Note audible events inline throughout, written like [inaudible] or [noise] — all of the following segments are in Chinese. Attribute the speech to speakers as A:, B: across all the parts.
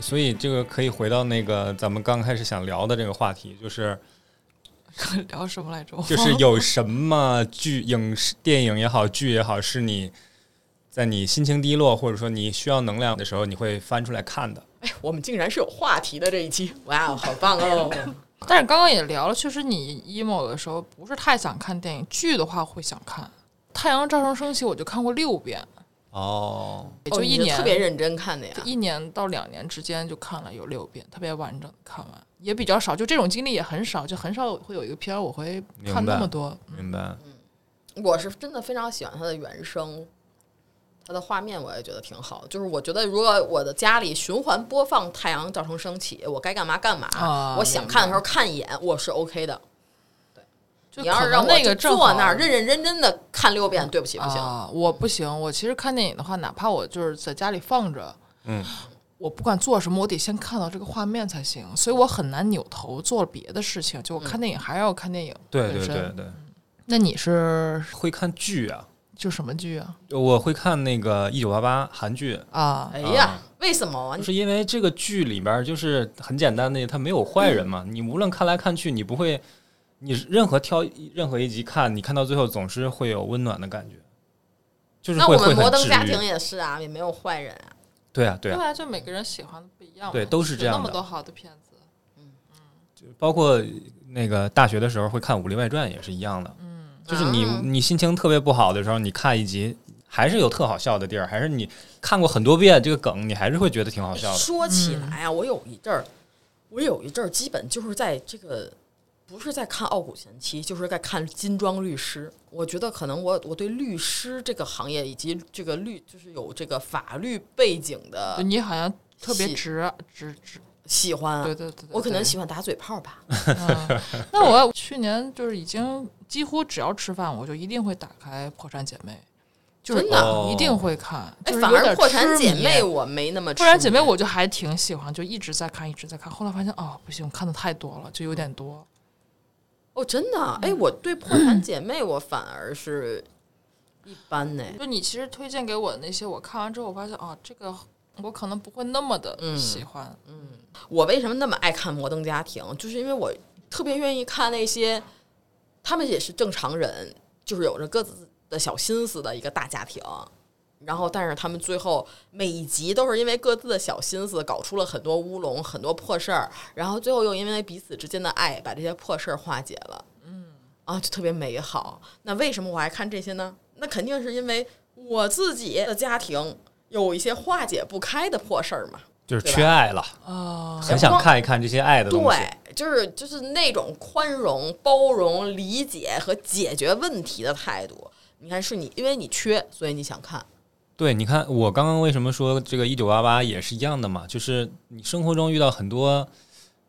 A: 所以这个可以回到那个咱们刚开始想聊的这个话题，就是
B: 聊什么来着？
A: 就是有什么剧、影视、电影也好，剧也好，是你在你心情低落或者说你需要能量的时候，你会翻出来看的。
C: 我们竟然是有话题的这一期，哇哦，好棒 [laughs] 哦！
B: 但是刚刚也聊了，确实你 emo 的时候不是太想看电影，剧的话会想看。太阳照常升起，我就看过六遍，
A: 哦，
B: 也就一
C: 哦你
B: 年，
C: 特别认真看的呀。
B: 一年到两年之间就看了有六遍，特别完整地看完，也比较少，就这种经历也很少，就很少会有一个片儿我会看那么多。
A: 明
B: 嗯
A: 白。
C: 我是真的非常喜欢它的原声，它的画面我也觉得挺好。就是我觉得如果我的家里循环播放《太阳照常升起》，我该干嘛干嘛，
B: 啊
C: 我想看的时候看一眼，我是 OK 的。
B: 就
C: 你要
B: 可
C: 是
B: 能
C: 让我
B: 那个
C: 就
B: 正
C: 坐那
B: 好
C: 儿认认真真的看六遍，对不起，不行。
B: 啊，我不行，我其实看电影的话，哪怕我就是在家里放着，
A: 嗯，
B: 我不管做什么，我得先看到这个画面才行，所以我很难扭头做别的事情。就我看电影还是要看电影
A: 对
B: 本
A: 对
B: 身
A: 对对，
B: 那你是
A: 会看剧啊，
B: 就什么剧啊？
A: 我会看那个《一九八八》韩剧，
B: 啊，
C: 哎呀，为什么啊
A: 就？是因为这个剧里边儿就是很简单的，它没有坏人嘛。你无论看来看去，你不会，你任何挑任何一集看，你看到最后总是会有温暖的感觉，就是
C: 那
A: 会
C: 我
A: 会
C: 们摩
A: 很
C: 登
A: 治
C: 家庭
A: 愈。
C: 也是啊，也没有坏人啊。
A: 对啊，对
B: 对
A: 啊，
B: 啊，就每个人喜欢的不一样嘛，
A: 对都是这样
B: 有那么
A: 的
B: 多好的片子，
A: 包括那个大学的时候会看《武林外传》也是一样的。嗯，就是你
C: 啊
A: 你心情特别不好的时候，你看一集还是有特好笑的地儿，还是你看过很多遍这个梗，你还是会觉得挺好笑的。
C: 说起
B: 嗯
C: 来啊，我有一阵儿，我有一阵儿基本就是在这个，不是在看《傲骨贤妻》，就是在看《金装律师》。我觉得可能我我对律师这个行业以及这个律，就是有这个法律背景
B: 就
C: 的
B: 你好像特别
C: 喜
B: 直啊直直，
C: 喜欢啊。
B: 对对对对，
C: 我可能
B: 对
C: 喜欢打嘴炮吧，
B: 嗯，那我去年就是已经几乎只要吃饭，我就一定会打开《破产姐妹》，就是
C: 真的
A: 哦
B: 一定会看，
C: 哎
B: 就，是
C: 反
B: 有
C: 而《
B: 点
C: 破产
B: 痴
C: 姐
B: 迷啊
C: 妹》我没那么痴
B: 破
C: 迷。
B: 产姐妹我就还挺喜欢，就一直在看，一直在看。后来发现哦，不行，看的太多了，就有点多。
C: 哦，真的啊，哎，
B: 嗯
C: 我对《破产姐妹》我反而是一
A: [laughs]
C: 般呢。
B: 就你其实推荐给我的那些，我看完之后，我发现哦，这个我可能不会那么的喜欢。
C: 我为什么那么爱看《摩登家庭》，就是因为我特别愿意看那些他们也是正常人，就是有着各自的小心思的一个大家庭。然后，但是他们最后每一集都是因为各自的小心思搞出了很多乌龙、很多破事儿，然后最后又因为彼此之间的爱把这些破事儿化解了。嗯，啊，就特别美好。那为什么我爱看这些呢？那肯定是因为我自己的家庭有一些化解不开的破事儿嘛。
A: 就是
C: 对吧
A: 缺爱了，
B: 啊、
A: 很想看一看这些爱的东西。
C: 对，就是就是那种宽容、包容、理解和解决问题的态度。你看，是你因为你缺，所以你想看。
A: 对，你看我刚刚为什么说这个一九八八也是一样的嘛？就是你生活中遇到很多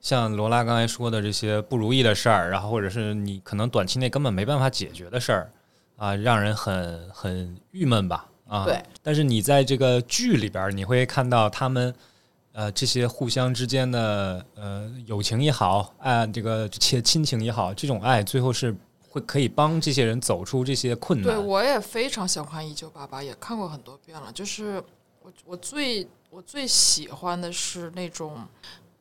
A: 像罗拉刚才说的这些不如意的事儿，然后或者是你可能短期内根本没办法解决的事儿啊，让人很很郁闷吧啊。
C: 对。
A: 但是你在这个剧里边儿，你会看到他们呃这些互相之间的呃友情也好，爱、这个且亲情也好，这种爱最后是会可以帮这些人走出这些困难。
B: 对，我也非常喜欢看《一九八八》，也看过很多遍了。就是我我最我最喜欢的是那种，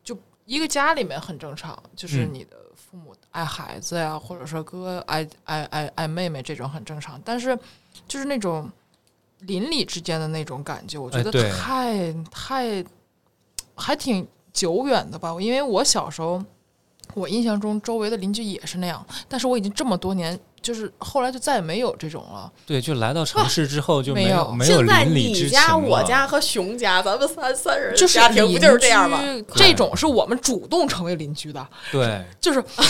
B: 就一个家里面很正常，就是
A: 嗯
B: 你的父母爱孩子呀，或者说哥爱爱爱爱妹妹这种很正常。但是就是那种邻里之间的那种感觉，我觉
A: 哎
B: 得
A: 对
B: 太、太还挺久远的吧，因为我小时候，我印象中周围的邻居也是那样，但是我已经这么多年，就是后来就再也没有这种了。
A: 对，就来到城市之后就没有
B: 啊
A: 没有
C: 现在
A: 邻里
C: 你
A: 之
C: 家、
A: 情
C: 我
A: 了
C: 家和熊家，咱们三三人
B: 就是
C: 家庭不就是这样吗？
B: 邻居这种是我们主动成为邻居的，
A: 对，
B: 就是你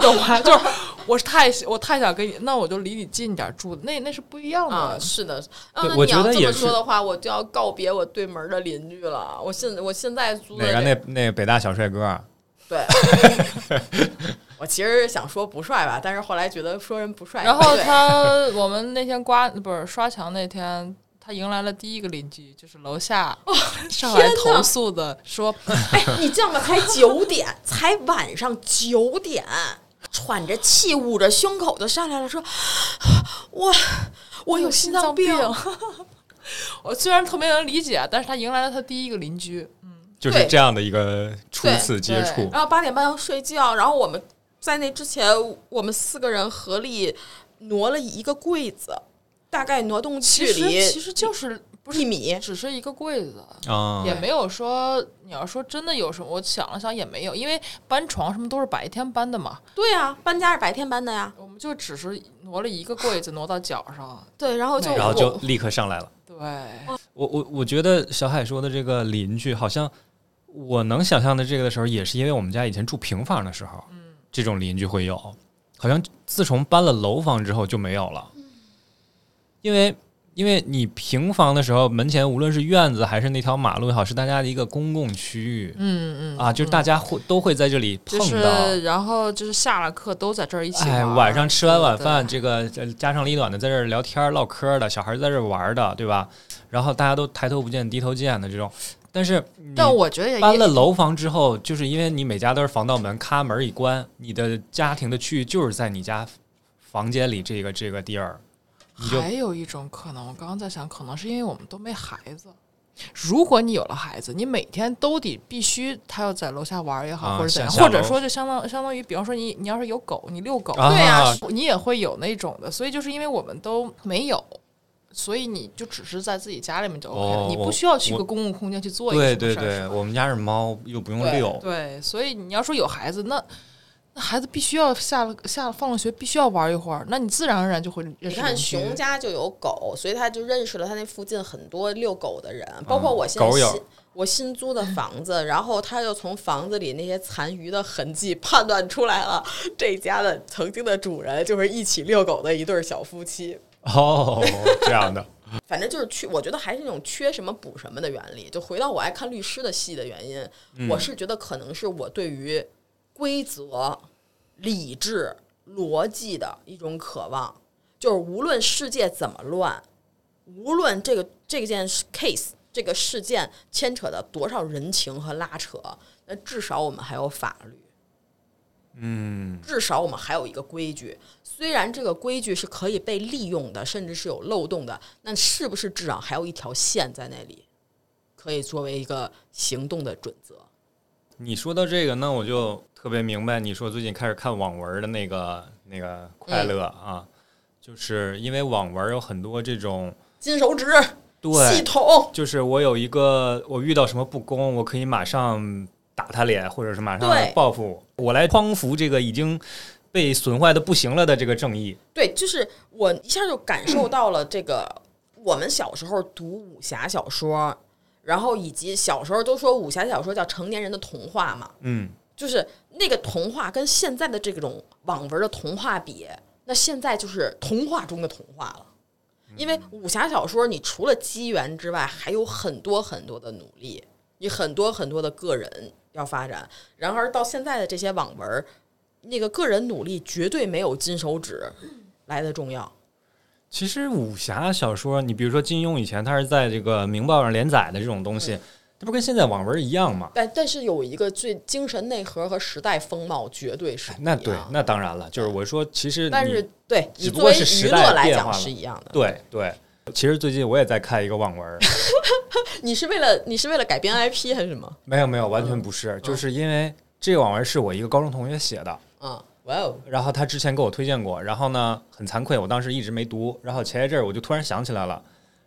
B: 懂吗？ [laughs] 就是我是太我太想跟你，那我就离你近点儿住，那那是不一样的。
C: 啊，是的，啊，
A: 对
C: 那
A: 我
C: 你
A: 觉
C: 要
A: 得
C: 这
A: 也
C: 么说
A: 是
C: 的话，我就要告别我对门的邻居了。我现我现在租的
A: 哪个
C: 这
A: 那那北大小帅哥啊，
C: 对， [laughs] 我其实想说不帅吧，但是后来觉得说人不
B: [laughs]
C: 帅，
B: 然后
C: 对
B: 他，我们那天刮不是刷墙那天，他迎来了第一个邻居，就是楼下 [laughs] 上来
C: 天哪
B: 投诉的，
C: [laughs]
B: 说
C: 哎，你这样吧，才九点，才晚上九点，喘着气捂着胸口就上来了，说我我有心脏病。
B: 我虽然特别能理解，但是他迎来了他第一个邻居，
A: 就是
C: 对
A: 这样的一个初
C: 对
A: 次接
B: 对
A: 触，
C: 然后八点半要睡觉，然后我们在那之前，我们四个人合力挪了一个柜子，大概挪动
B: 其
C: 距
B: 实
C: 离
B: 其实就是不
C: 一
B: 是，
C: 米。
B: 只是一个柜子。
A: 啊，
B: 也没有说你要说真的有什么，我想了想也没有，因为搬床什么都是白天搬的嘛，
C: 对啊，搬家是白天搬的呀。
B: 我们就只是挪了一个柜子挪到脚上，
C: 对，然后就
A: 然后就
C: 我
A: 立刻上来了。
B: 对，
C: 哦
A: 我我我觉得小海说的这个邻居，好像我能想象的这个的时候，也是因为我们家以前住平房的时候，
B: 嗯
A: 这种邻居会有。好像自从搬了楼房之后就没有了，
B: 嗯
A: 因为因为你平房的时候，门前无论是院子还是那条马路也好，是大家的一个公共区域。
B: 嗯嗯
A: 啊，就是大家会都会在这里碰
B: 就
A: 到，
B: 是然后就是下了课都在这儿一起玩
A: 哎，
B: 儿，
A: 晚上吃完晚饭，
B: 对
A: 这个呃家长里短的在这儿聊天儿唠嗑儿的，小孩儿在这儿玩儿的，对吧？然后大家都抬头不见低头见的这种，但是你
B: 但我觉得也
A: 搬了
B: 也
A: 楼房之后，就是因为你每家都是防盗门，咔门儿一关，你的家庭的区域就是在你家房间里这个这个地儿，你就
B: 还有一种可能，我刚刚在想，可能是因为我们都没孩子。如果你有了孩子，你每天都得必须他要在楼下玩儿也好，
A: 啊
B: 或者怎样，
A: 下下楼
B: 或者说就相当相当于，比方说你你要是有狗，你遛狗，
A: 啊对呀
B: 你也会有那种的。所以就是因为我们都没有，所以你就只是在自己家里面就 OK 了，
A: 哦
B: 你
A: 我
B: 不需要去一
A: 我
B: 个公共空间去做一个
A: 对对
B: 什么事儿
A: 对，
B: 是吧
A: 我们家是猫，又不用
B: 对
A: 遛，
B: 对，所以你要说有孩子，那那孩子必须要下了下了放了学必须要玩一会儿，那你自然而然就会认识
C: 你看
B: 邻居
C: 熊家就有狗，所以他就认识了他那附近很多遛狗的人，包括我现在
A: 狗友
C: 新我新租的房子，然后他就从房子里那些残余的痕迹判断出来了，这家的曾经的主人就是一起遛狗的一对儿小夫妻。
A: 哦，这样的， [laughs]
C: 反正就是缺，我觉得还是那种缺什么补什么的原理。就回到我爱看律师的戏的原因，我是觉得可能是我对于规则、理智、逻辑的一种渴望，就是无论世界怎么乱，无论这个这件 case 这个事件牵扯的多少人情和拉扯，那至少我们还有法律。
A: 嗯，
C: 至少我们还有一个规矩，虽然这个规矩是可以被利用的，甚至是有漏洞的，那是不是至少还有一条线在那里，可以作为一个行动的准则？
A: 你说到这个，那我就特别明白你说最近开始看网文儿的那个那个
C: 嗯
A: 快乐啊，就是因为网文儿有很多这种
C: 金手指系
A: 对，
C: 统，
A: 就是我有一个我遇到什么不公，我可以马上打他脸，或者是马上
C: 对
A: 报复，我来匡扶这个已经被损坏的不行了的这个正义。
C: 对，就是我一下就感受到了这个。我们小时候读武侠小说，然后以及小时候都说武侠小说叫成年人的童话嘛，
A: 嗯，
C: 就是那个童话跟现在的这种网文的童话比，那现在就是童话中的童话了。因为
A: 嗯
C: 武侠小说，你除了机缘之外，还有很多很多的努力，你很多很多的个人要发展。然而到现在的这些网文，那个个人努力绝对没有金手指来的重要。
A: 其实武侠小说，你比如说金庸以前他是在这个《明报》上连载的这种东西，这不跟现在网文儿一样吗？
C: 但但是有一个最精神内核和时代风貌绝对是不
A: 那
C: 一
A: 对
C: 样，
A: 那当然了，就是我说，其实
C: 但
A: 你
C: 是对
A: 只
C: 你
A: 不
C: 作
A: 过
C: 为
A: 是时
C: 娱
A: 代
C: 乐来
A: 变
C: 讲
A: 化了
C: 是一样的。
A: 对对，其实最近我也在看一个网文 [laughs] 儿，
C: 你是为了你是为了改
A: 嗯
C: 编 IP 还是什么？
A: 没有没有，完全不是，就是因为这个网文儿是我一个高中同学写的，
C: 啊，哇哦！
A: 然后他之前给我推荐过，然后呢，很惭愧，我当时一直没读，然后前一阵儿我就突然想起来了，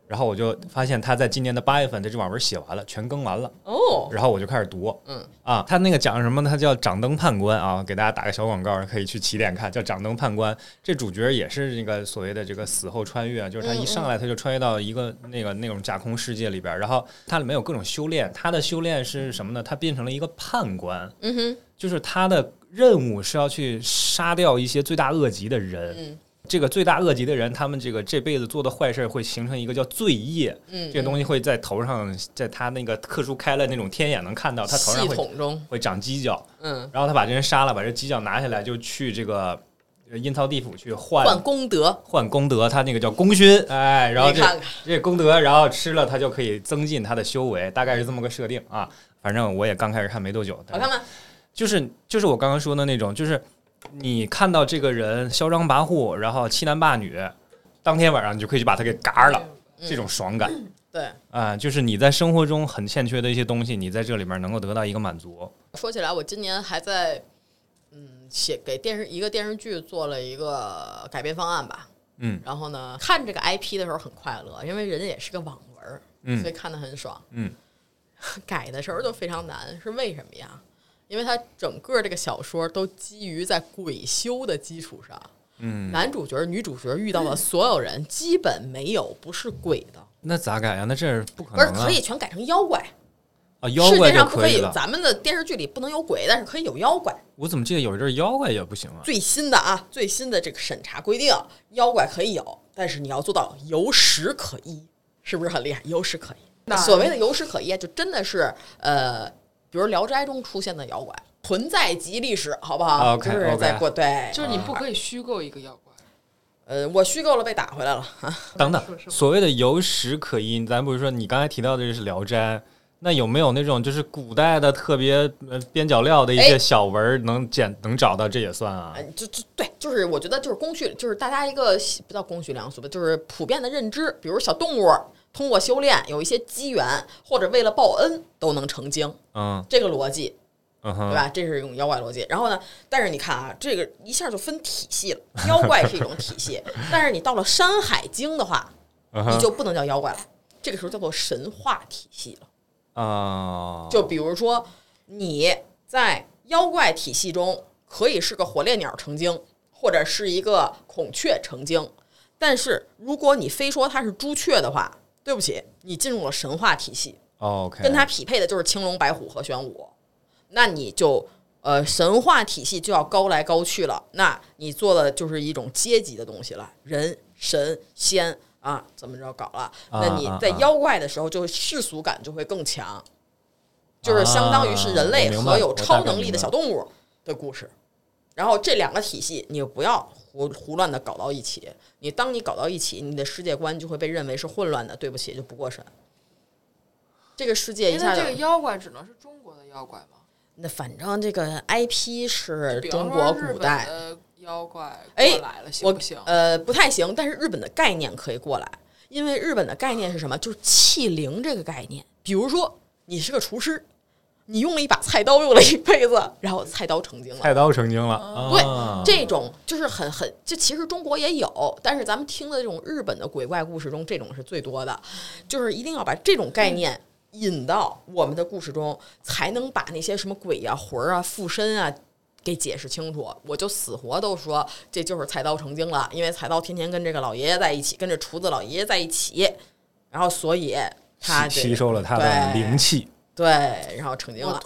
A: 然后我就发现他在今年的八月份，这这网文写完了，全更完了。
C: 哦，
A: 然后我就开始读，
C: 嗯
A: 啊，他那个讲什么呢？他叫《掌灯判官》啊，给大家打个小广告，可以去起点看，叫《掌灯判官》。这主角也是那个所谓的这个死后穿越，啊就是他
C: 嗯
A: 一上来他就穿越到一个那个那种架空世界里边儿，然后它里面有各种修炼，他的修炼是什么呢？他变成了一个判官，
C: 嗯哼，
A: 就是他的任务是要去杀掉一些罪大恶极的人。
C: 嗯
A: 这个罪大恶极的人，他们这个这辈子做的坏事儿会形成一个叫罪业，
C: 嗯，
A: 这个东西会在头上，在他那个特殊开了那种天眼能看到，他头上
C: 嗯系
A: 会
C: 统中，
A: 会长犄角，
C: 嗯，
A: 然后他把这人杀了，把这犄角拿下来，就去这个呃阴曹地府去换
C: 换功德，
A: 换功德，他那个叫功勋，哎，然后
C: 你
A: 这
C: 看看
A: 这功德，然后吃了他就可以增进他的修为，大概是这么个设定啊。反正我也刚开始看没多久，
C: 好
A: 但
C: 看吗？
A: 就是就是我刚刚说的那种，就是你看到这个人嚣张跋扈，然后欺男霸女，当天晚上你就可以去把他给嘎了，
C: 嗯
A: 这种爽感。
C: 对，
A: 啊、就是你在生活中很欠缺的一些东西，你在这里面能够得到一个满足。
C: 说起来，我今年还在嗯写给电视一个电视剧做了一个改编方案吧。
A: 嗯
C: 然后呢，看这个 IP 的时候很快乐，因为人家也是个网文儿，
A: 嗯
C: 所以看得很爽。
A: 嗯，
C: [laughs] 改的时候就非常难，是为什么呀？因为它整个这个小说都基于在鬼修的基础上，
A: 嗯，
C: 男主角、女主角遇到的所有人基本没有不是鬼的，
A: 那咋改呀、那这不可
C: 不是
A: 能啊！
C: 可以全改成妖怪。
A: 啊，妖
C: 世
A: 怪
C: 界
A: 就
C: 上不可
A: 可以
C: 以
A: 了，。
C: 咱们的电视剧里不能有鬼，但是可以有妖怪。
A: 我怎么记得有一阵儿妖怪也不行啊？
C: 最新的啊，最新的这个审查规定，妖怪可以有，但是你要做到有史可依，是不是很厉害？有史可依，
B: 那
C: 所谓的有史可依，啊就真的是呃，比如《聊斋》中出现的妖怪，存在即历史，好不好
A: 啊 OK，
C: 就是在
A: OK
C: 过对，
B: 就是你不可以虚构一个妖怪。
C: 呃，我虚构了被打回来了，
A: 等等
B: 是，是
A: 所谓的有史可依，咱不是说你刚才提到的是《聊斋》，那有没有那种就是古代的特别呃边角料的一
C: 哎
A: 些小文儿能捡能找到？这也算啊
C: 啊，就就对，就是我觉得就是公序，就是大家一个不叫公序良俗吧，就是普遍的认知，比如小动物通过修炼有一些机缘，或者为了报恩都能成精，
A: 嗯
C: 这个逻辑
A: 嗯
C: 对
A: 哼，
C: 吧？这是一种妖怪逻辑。然后呢，但是你看啊，这个一下就分体系了。 [laughs] 妖怪是一种体系，但是你到了《山海经》的话，
A: 嗯
C: 你
A: 哼
C: 就不能叫妖怪了，这个时候叫做神话体系了。
A: 啊，
C: 就比如说，你在妖怪体系中可以是个火烈鸟成精，或者是一个孔雀成精，但是如果你非说它是朱雀的话，对不起，你进入了神话体系。
A: OK，
C: 跟它匹配的就是青龙、白虎和玄武，那你就呃神话体系就要高来高去了，那你做的就是一种阶级的东西了，人、神、仙啊，怎么着搞了？
A: 啊
C: 那你在妖怪的时候，就世俗感就会更强，就是相当于是人
A: 啊
C: 类
A: 我明白
C: 和有
A: 我大概
C: 超能力
A: 明
C: 的
A: 白
C: 小动物的故事。然后这两个体系，你不要胡胡乱的搞到一起。你当你搞到一起，你的世界观就会被认为是混乱的，对不起，就不过审。这个世界一
B: 因
C: 下
B: 为
C: 就
B: 这个妖怪只能是中国的妖怪吗？
C: 那反正这个 IP 是
B: 比方
C: 中国
B: 说日
C: 古
B: 本
C: 代，
B: 的妖怪
C: 哎
B: 过来了，行
C: 我
B: 不行？
C: 呃不太行，但是日本的概念可以过来，因为日本的概念是什么？就是器灵这个概念。比如说，你是个厨师，你用了一把菜刀用了一辈子，然后菜刀成精了。
A: 菜刀成精了，
C: 嗯对
A: 啊，
C: 这种就是很很，这其实中国也有，但是咱们听的这种日本的鬼怪故事中，这种是最多的，就是一定要把这种概念引到我们的故事中，才能把那些什么鬼呀、魂儿啊、附身啊。给解释清楚，我就死活都说这就是菜刀成精了，因为菜刀天天跟这个老爷爷在一起，跟这厨子老爷爷在一起，然后所以
A: [laughs]
C: 他
A: 吸
C: 这
A: 吸收了他的
C: 对
A: 灵气。
C: 对，然后成精了。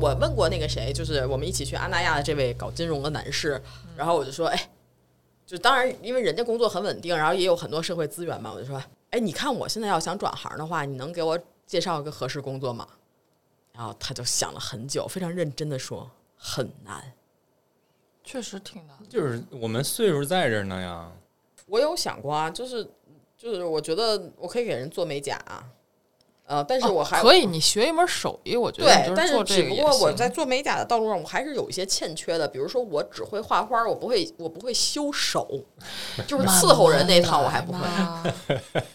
C: 我问过那个谁，就是我们一起去阿那亚的这位搞金融的男士，然后我就说，哎，就当然因为人家工作很稳定，然后也有很多社会资源嘛，我就说，哎，你看我现在要想转行的话，你能给我介绍一个合适工作吗？然后他就想了很久，非常认真的说，很难。
B: 确实挺难的。
A: 就是我们岁数在这儿呢呀，
C: 我有想过啊，就是就是，我觉得我可以给人做美甲、啊呃，但是我还、
B: 啊可以，你学一门手艺，我觉得你
C: 对
B: 就，
C: 但
B: 做
C: 只
B: 这个
C: 不
B: 也
C: 过我
B: 行
C: 在做美甲的道路上，我还是有一些欠缺的。比如说，我只会画花，我不会，我不会修手，就是伺候人那套我还不会。
B: 妈妈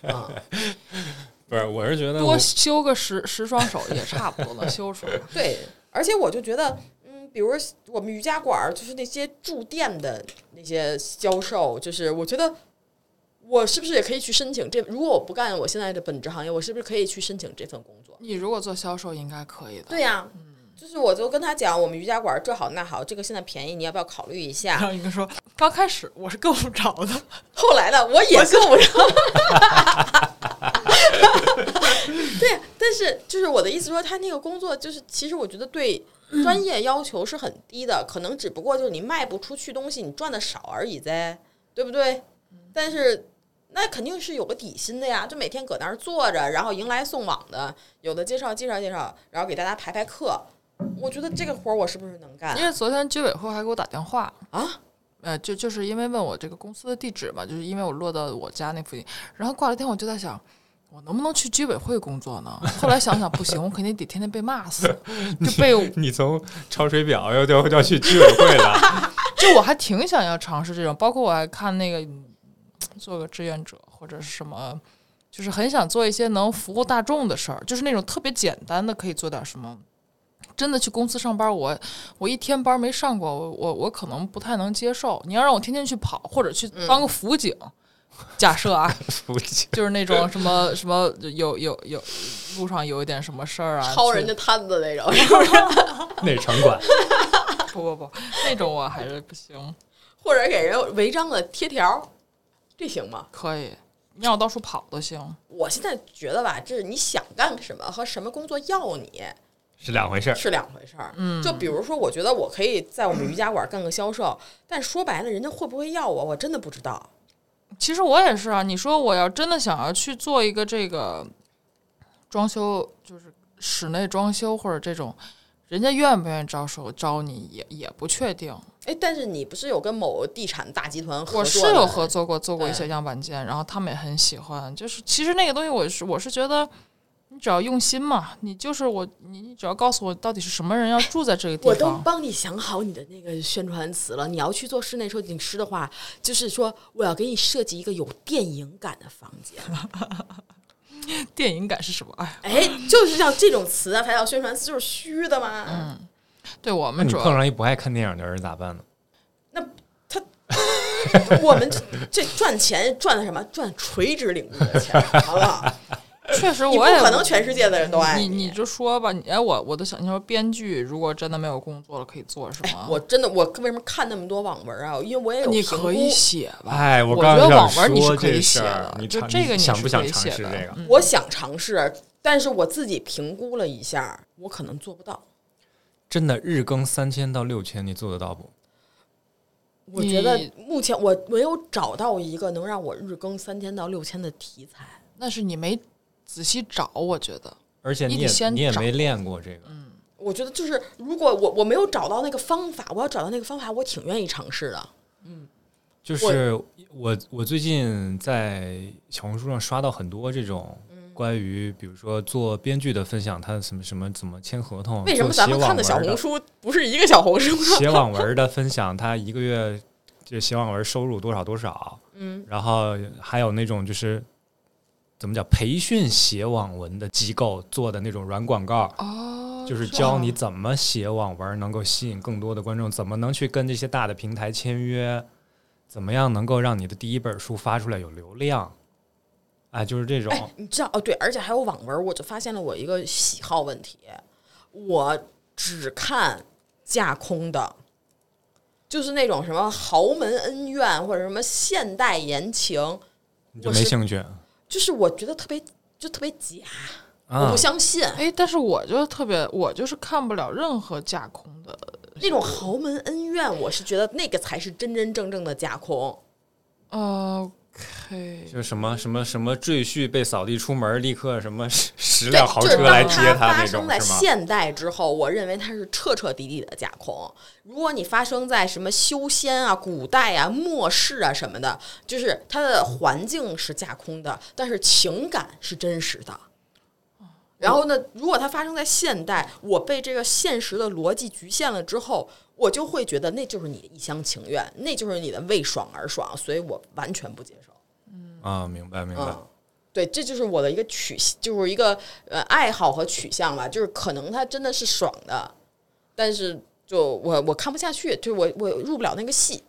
C: 嗯，
A: 不是，我是觉得我
B: 多修个十十双手也差不多能修出来。 [laughs]
C: 对，而且我就觉得，嗯，比如我们瑜伽馆儿，就是那些驻店的那些销售，就是我觉得我是不是也可以去申请这？如果我不干我现在的本职行业，我是不是可以去申请这份工作？
B: 你如果做销售应该可以的。
C: 对呀、就是我就跟他讲，我们瑜伽馆儿这好那好，这个现在便宜，你要不要考虑一下？
B: 然后一个说，刚开始我是够不着的，
C: 后来呢，我也够不 [laughs] 上。对，但是就是我的意思说，他那个工作就是，其实我觉得对专业要求是很低的，可能只不过就是你卖不出去东西，你赚的少而已呗，对不对？但是那肯定是有个底薪的呀，就每天搁那儿坐着，然后迎来送往的，有的介绍介绍介绍，然后给大家排排课。我觉得这个活儿我是不是能干
B: 因为昨天居委会还给我打电话，
C: 啊？
B: 呃，就就是因为问我这个公司的地址嘛，就是因为我落到我家那附近，然后挂了电话，我就在想。我能不能去居委会工作呢？后来想想不行，我肯定得天天被骂死，就被我
A: [laughs] 你从抄水表要要要去居委会
B: [laughs]
A: 了，
B: 就我还挺想要尝试这种，包括我还看那个嗯做个志愿者或者是什么，就是很想做一些能服务大众的事儿，就是那种特别简单的，可以做点什么。真的去公司上班，我我一天班没上过，我我我可能不太能接受。你要让我天天去跑，或者去当个辅警，假设啊，
A: 不行
B: 就是那种什么什么有有有路上有一点什么事儿啊，
C: 掏
B: 去
C: 人家摊子 [laughs] 那种。
A: 那是城管。
B: 不不不，那种我还是不行。
C: 或者给人违章的贴条儿，这行吗？
B: 可以，你让我到处跑都行。
C: 我现在觉得吧，这是你想干什么和什么工作要你
A: 是两回事儿。
C: 是两回事儿。嗯，就比如说，我觉得我可以在我们瑜伽馆干个销售，但说白了，人家会不会要我，我真的不知道。
B: 其实我也是啊，你说我要真的想要去做一个这个装修，就是室内装修或者这种，人家愿不愿意招手招你也也不确定。
C: 哎，但是你不是有跟某地产大集团合作？
B: 我是有合，作过，做过一
C: 对
B: 些样板间，然后他们也很喜欢。就是其实那个东西，我是我是觉得。你只要用心嘛，你就是我，你你只要告诉我到底是什么人要住在这个地
C: 我都
B: 方，
C: 帮你想好你的那个宣传词了。你要去做室内设计师的话，就是说我要给你设计一个有电影感的房间。
B: [laughs] 电影感是什么？哎，
C: 哎，就是像这种词啊，才叫宣传词，就是虚的嘛。
B: 嗯对我
A: 那
B: 们
A: 你
B: 主要
A: 碰上一不爱看电影的人咋办呢？
C: 那他，我们这这赚钱赚的什么？赚垂直领域的钱，好
B: [laughs]
C: 不好？
B: 确实
C: 你不
B: 我也
C: 可能全世界的人都爱
B: 你你就说吧，你哎，我我都想，你说编剧如果真的没有工作了，可以做什么？
C: 我真的，我为什么看那么多网文啊？因为我也有
B: 你
C: 评
B: 可
C: 估
B: 以写吧？
A: 哎，
B: 我
A: 刚
B: 觉得
A: 想
B: 网文你
A: 说
B: 是可
A: 这
B: 以
A: 事
B: 写
A: 儿
B: 的，，
A: 你
B: 就
A: 尝
B: 这个
A: 你
B: 你
A: 想
B: 是
A: 不想
B: 可以
A: 尝
B: 写
A: 试
B: 的
A: 这个？
B: 嗯
C: 我想尝试，但是我自己评估了一下，我可能做不到。
A: 真的日更三千到六千，你做得到不？
C: 我觉得
B: 你
C: 目前我没有找到一个能让我日更三千到六千的题材。
B: 那是你没仔细找，我觉得
A: 而且
B: 你
A: 你
B: 得
A: 也
B: 先
A: 你也
B: 找嗯
A: 没练过这个，
C: 我觉得就是，如果我我没有找到那个方法，我要找到那个方法，我挺愿意尝试
A: 哦
C: 的。
A: 就是我我最近在小红书上刷到很多这种
B: 嗯
A: 关于比如说做编剧的分享，他什么什么怎么签合同，
C: 为什么
A: 做
C: 咱
A: 写
C: 们
A: 网
C: 看的
A: 文
C: 小红书不是一个小红书？
A: 写网文的分享，他一个月就写网文收入多少多少，嗯，然后还有那种就是怎么讲培训写网文的机构做的那种软广告，
B: 哦，
A: 就是
B: 这
A: 教
B: 样
A: 你怎么写网文能够吸引更多的观众，怎么能去跟这些大的平台签约，怎么样能够让你的第一本书发出来有流量，哎，就是这种，
C: 哎，你知道哦？对，而且还有网文，我就发现了我一个喜好问题，我只看架空的，就是那种什么豪门恩怨或者什么现代言情，
A: 你就
C: 我
A: 没
C: 是
A: 兴趣
C: 就是我觉得特别就特别假。
A: 啊、
C: 我
A: 啊
C: 不，相信
B: 哎，但是我就特别，我就是看不了任何架空的，
C: 那种豪门恩怨，我是觉得那个才是真真正正的架空。
B: 呃，OK，
A: 就是什么什么什么赘婿被扫地出门，立刻什么十十
C: 对
A: 辆，豪
C: 就是
A: 车
C: 当
A: 来接
C: 它发
A: 那
C: 生
A: 种
C: 在
A: 是吗？
C: 现代之后，我认为它是彻彻底底的架空。如果你发生在什么修仙啊、古代啊、末世啊什么的，就是它的环境是架空的，但是情感是真实的。然后呢，如果它发生在现代，我被这个现实的逻辑局限了之后，我就会觉得那就是你的一厢情愿，那就是你的为爽而爽，所以我完全不接受。
A: 啊，明白明白
C: 嗯，，对，这就是我的一个取，就是一个呃爱好和取向吧。就是可能它真的是爽的，但是就我我看不下去，就我我入不了那个戏。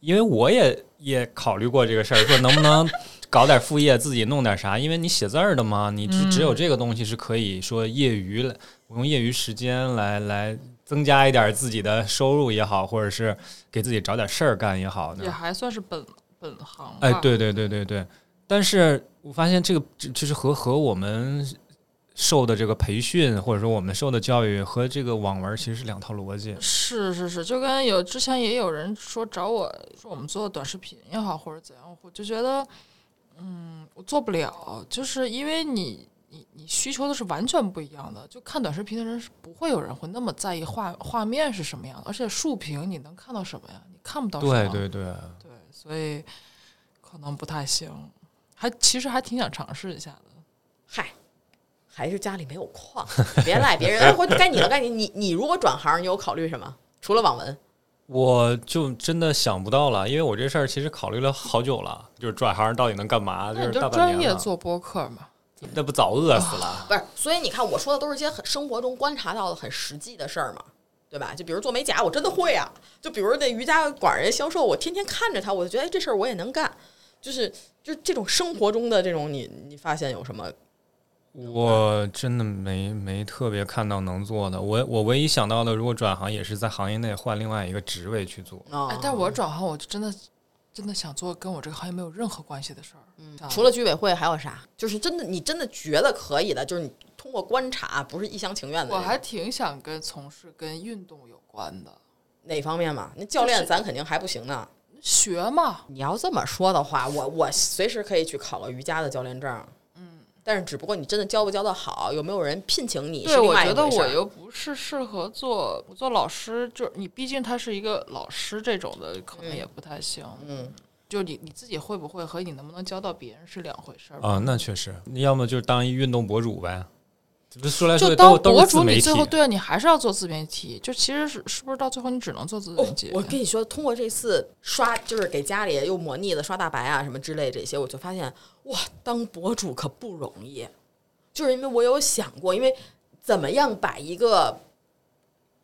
A: 因为我也也考虑过这个事儿，说能不能搞点副业，自己弄点啥？因为你写字儿的嘛，你只只有这个东西是可以说业余来，我用业余时间来来增加一点自己的收入也好，或者是给自己找点事儿干也好呢
B: 也。啊还算是本本行吧。
A: 哎，对对对对对，但是我发现这个这就是和和我们受的这个培训，或者说我们受的教育和这个网文儿其实是两套逻辑。
B: 是是是，就跟有之前也有人说找我说我们做短视频也好，或者怎样，我就觉得，嗯，我做不了，就是因为你你你需求的是完全不一样的。就看短视频的人是不会有人会那么在意画画面是什么样的，而且竖屏你能看到什么呀？你看不到什么。
A: 对对对，
B: 对，所以可能不太行。还其实还挺想尝试一下的。
C: 嗨，还是家里没有矿，别赖别人。哎，我该你了，该你。你你如果转行，你有考虑什么？除了网文，
A: 我就真的想不到了，因为我这事儿其实考虑了好久了，就是转行到底能干嘛，
B: 那
A: 啊是
B: 你就
A: 大半
B: 专
A: 年
B: 业
A: 了，
B: 做播客嘛？
A: 那不早饿死了？
C: 不是。所以你看，我说的都是一些很生活中观察到的很实际的事儿嘛。对吧？就比如做美甲，我真的会啊。就比如那瑜伽馆人销售，我天天看着他，我就觉得哎，这事儿我也能干。就是就是这种生活中的这种你，你发现有什么
B: 哦
A: 我真的没没特别看到能做的，我我唯一想到的，如果转行也是在行业内换另外一个职位去做。
C: 啊、
B: 哎，但我转行，我就真的真的想做跟我这个行业没有任何关系的事儿。嗯
C: 除了居委会还有啥？就是真的，你真的觉得可以的，就是你通过观察，不是一厢情愿的那
B: 我
C: 种。
B: 还挺想跟从事跟运动有关的
C: 哪方面嘛？那教
B: 就
C: 练
B: 是
C: 咱肯定还不行呢。
B: 学嘛，
C: 你要这么说的话，我我随时可以去考个瑜伽的教练证。嗯，但是只不过你真的教不教得好，有没有人聘请你
B: 对，
C: 是另
B: 我
C: 外一
B: 觉得
C: 回事
B: 我
C: 儿。
B: 又不是适合做做老师，就是你毕竟他是一个老师这种的，可能
C: 嗯
B: 也不太行。
C: 嗯，
B: 就你你自己会不会和你能不能教到别人是两回事儿吧。
A: 啊，那确实，你要么就是当一运动博主呗，这不说来说
B: 就
A: 去
B: 当
A: 都都
B: 博
A: 是自
B: 主，
A: 媒
B: 你
A: 体
B: 最。后对啊，你还是要做自媒体。就其实是是不是到最后你只能做自媒体？
C: 哦我跟你说，通过这次刷，就是给家里又抹腻子、刷大白啊什么之类这些，我就发现哇，当博主可不容易。就是因为我有想过，因为怎么样把一个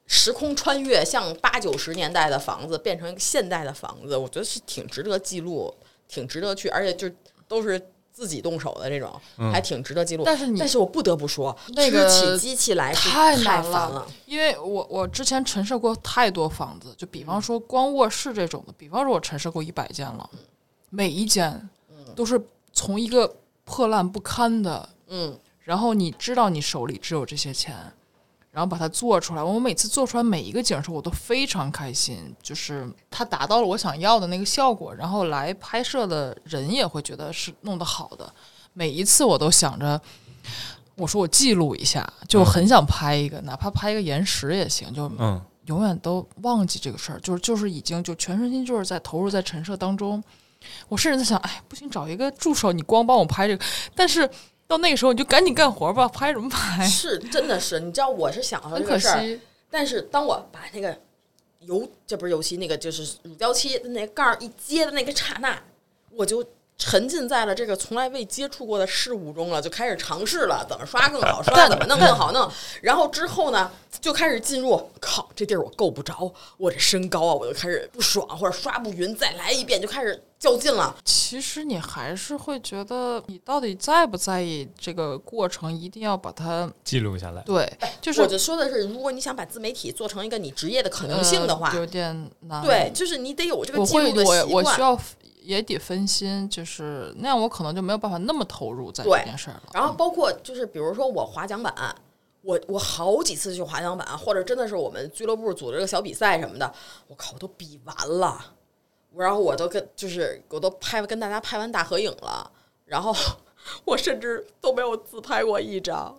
C: 时空穿越，像八九十年代的房子变成一个现代的房子，我觉得是挺值得记录，挺值得去，而且就都是自己动手的这种，还挺值得记录。
B: 但是你
C: 但是我不得不说，
B: 那个
C: 支起机器来是
B: 太
C: 太
B: 难
C: 烦
B: 了，因为我我之前陈设过太多房子，就比方说光卧室这种的，比方说我陈设过一百间了，每一间都是从一个破烂不堪的，
C: 嗯，
B: 然后你知道你手里只有这些钱，然后把它做出来。我每次做出来每一个景的时候，我都非常开心，就是它达到了我想要的那个效果，然后来拍摄的人也会觉得是弄得好的。每一次我都想着，我说我记录一下，就很想拍一个，哪怕拍一个延时也行，就
A: 嗯，
B: 永远都忘记这个事儿，就是就是已经就全身心就是在投入在陈设当中。我甚至在想，哎，不行，找一个助手，你光帮我拍这个。但是到那个时候，你就赶紧干活吧，拍什么拍？
C: 是真的是，你知道我是想到
B: 很
C: 这
B: 可
C: 个事儿，
B: 惜，
C: 但是当我把那个油，这不是油漆，那个就是乳胶漆的那盖儿一揭的那个刹那，我就沉浸在了这个从来未接触过
B: [laughs]
C: 的事物中了，就开始尝试了怎么刷更好，刷怎么弄更好弄。然后之后呢，就开始进入，靠，这地儿我够不着，我这身高啊，我就开始不爽或者刷不匀，再来一遍，就开始较劲了。
B: 其实你还是会觉得，你到底在不在意这个过程，一定要把它
A: 记录下来。
B: 对，就是
C: 我就说的是，如果你想把自媒体做成一个你职业的可能性的话，
B: 呃有点难。
C: 对，，就是你得有这个
B: 我
C: 记
B: 会
C: 录的习
B: 我
C: 惯。
B: 我需要也得分心，就是那样，我可能就没有办法那么投入在这
C: 对
B: 件事儿了。
C: 然后包括就是比如说我滑桨板，我我好几次去滑桨板，或者真的是我们俱乐部组织个小比赛什么的，我靠，我都比完了，然后我都跟就是我都拍跟大家拍完大合影了，然后我甚至都没有自拍过一张。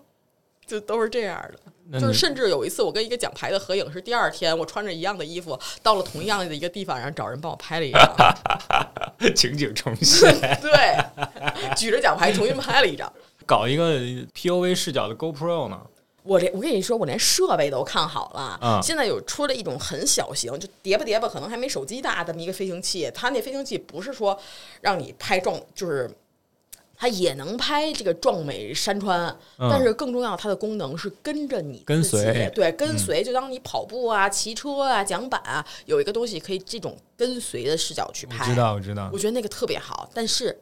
C: 就都是这样
A: 那你
C: 的，就是甚至有一次我跟一个奖牌的合影是第二天，我穿着一样的衣服到了同样的一个地方，然后找人帮我拍了一张，
A: [laughs]
C: [laughs]
A: 情景重现，
C: 对，举着奖牌重新拍了一张。
A: 搞一个 POV 视角的 GoPro 呢？
C: 我这我跟你说，我连设备都看好了。
A: 嗯
C: 现在有出了一种很小型，就叠吧叠吧，可能还没手机大这么一个飞行器。它那飞行器不是说让你拍壮，就是它也能拍这个壮美山川，
A: 嗯
C: 但是更重要，它的功能是跟着你自己
A: 跟随嗯
C: 对，跟随。就当你跑步啊、骑车啊、桨板啊，有一个东西可以这种跟随的视角去
A: 我
C: 拍。
A: 知道，我知道
C: 我。觉得那个特别好，但是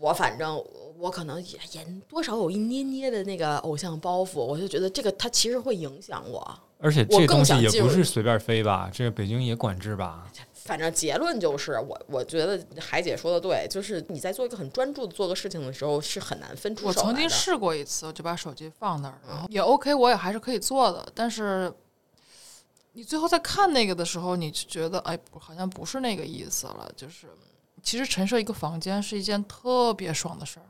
C: 我反正我可能也也多少有一捏捏的那个偶像包袱，我就觉得这个它其实会影响我。
A: 而且
C: 我
A: 这东
C: 更
A: 西
C: 想
A: 也
C: 进
A: 不
C: 入
A: 是随便飞吧，这个北京也管制吧？
C: 反正结论就是，我我觉得海姐说的对，就是你在做一个很专注的做个事情的时候，是很难分出
B: 我
C: 手
B: 曾
C: 来
B: 经
C: 的嗯
B: 试过一次，我就把手机放那儿，然后也 OK，我也还是可以做的，但是。你最后在看那个的时候，你就觉得哎，不好像不是那个意思了。就是，其实陈设一个房间是一件特别爽的事儿，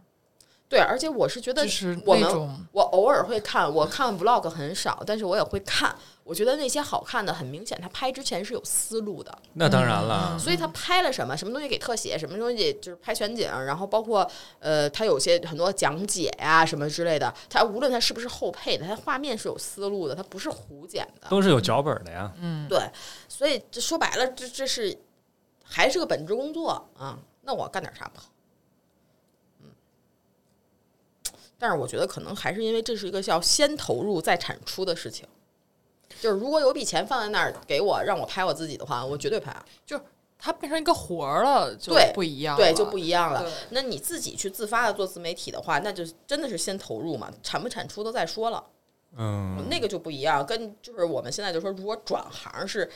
C: 对，而且我是觉得
B: 就是
C: 我
B: 那
C: 们
B: 种
C: 我偶尔会看，我看 vlog 很少，但是我也会看。我觉得那些好看的，很明显，他拍之前是有思路的。
A: 那当然了，
C: 所以他拍了什么，什么东西给特写，什么东西就是拍全景，然后包括呃，他有些很多讲解呀、什么之类的，他无论他是不是后配的，他画面是有思路的，他不是胡剪的。
A: 都是有脚本的呀。
C: 对，所以这说白了，这这是还是个本职工作啊。那我干点啥不好？嗯，但是我觉得可能还是因为这是一个要先投入再产出的事情。就是如果有笔钱放在那儿给我，让我拍我自己的话，我绝对拍。啊
B: 就是它变成一个活儿了，就
C: 对
B: 不一样
C: 对，
B: 了
C: 就不一样了
B: 对。
C: 那你自己去自发的做自媒体的话，那就真的是先投入嘛，产不产出都再说了，
A: 嗯，
C: 那个就不一样。跟就是我们现在就说，如果转行是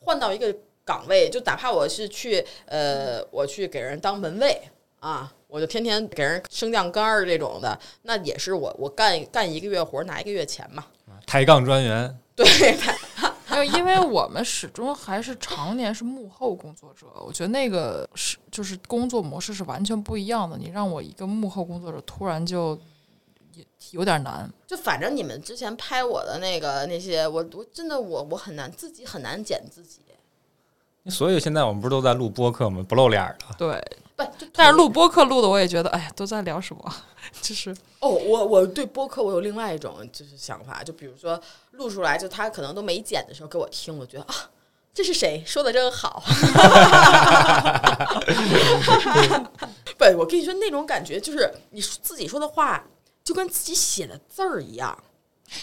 C: 换到一个岗位，就哪怕我是去呃，我去给人当门卫啊。我就天天给人升降杆儿这种的，那也是我我干干一个月活儿拿一个月钱嘛。 [laughs]
A: 抬杠专员，
C: 对，
B: [laughs] 没有，因为我们始终还是常年是幕后工作者，我觉得那个是就是工作模式是完全不一样的。你让我一个幕后工作者突然就也有点难，
C: 就反正你们之前拍我的那个那些，我我真的我我很难自己很难剪自己。
A: 所以现在我们不是都在录播客吗？不露脸儿的，
B: 对。
C: 不，就
B: 但是录播客录的，我也觉得，哎呀，都在聊什么？ [laughs] 就是
C: 哦，我我对播客我有另外一种就是想法，就比如说录出来，就他可能都没剪的时候给我听，我觉得啊，这是谁说的真好。 [laughs] 不，我跟你说那种感觉就是你自己说的话就跟自己写的字儿一样，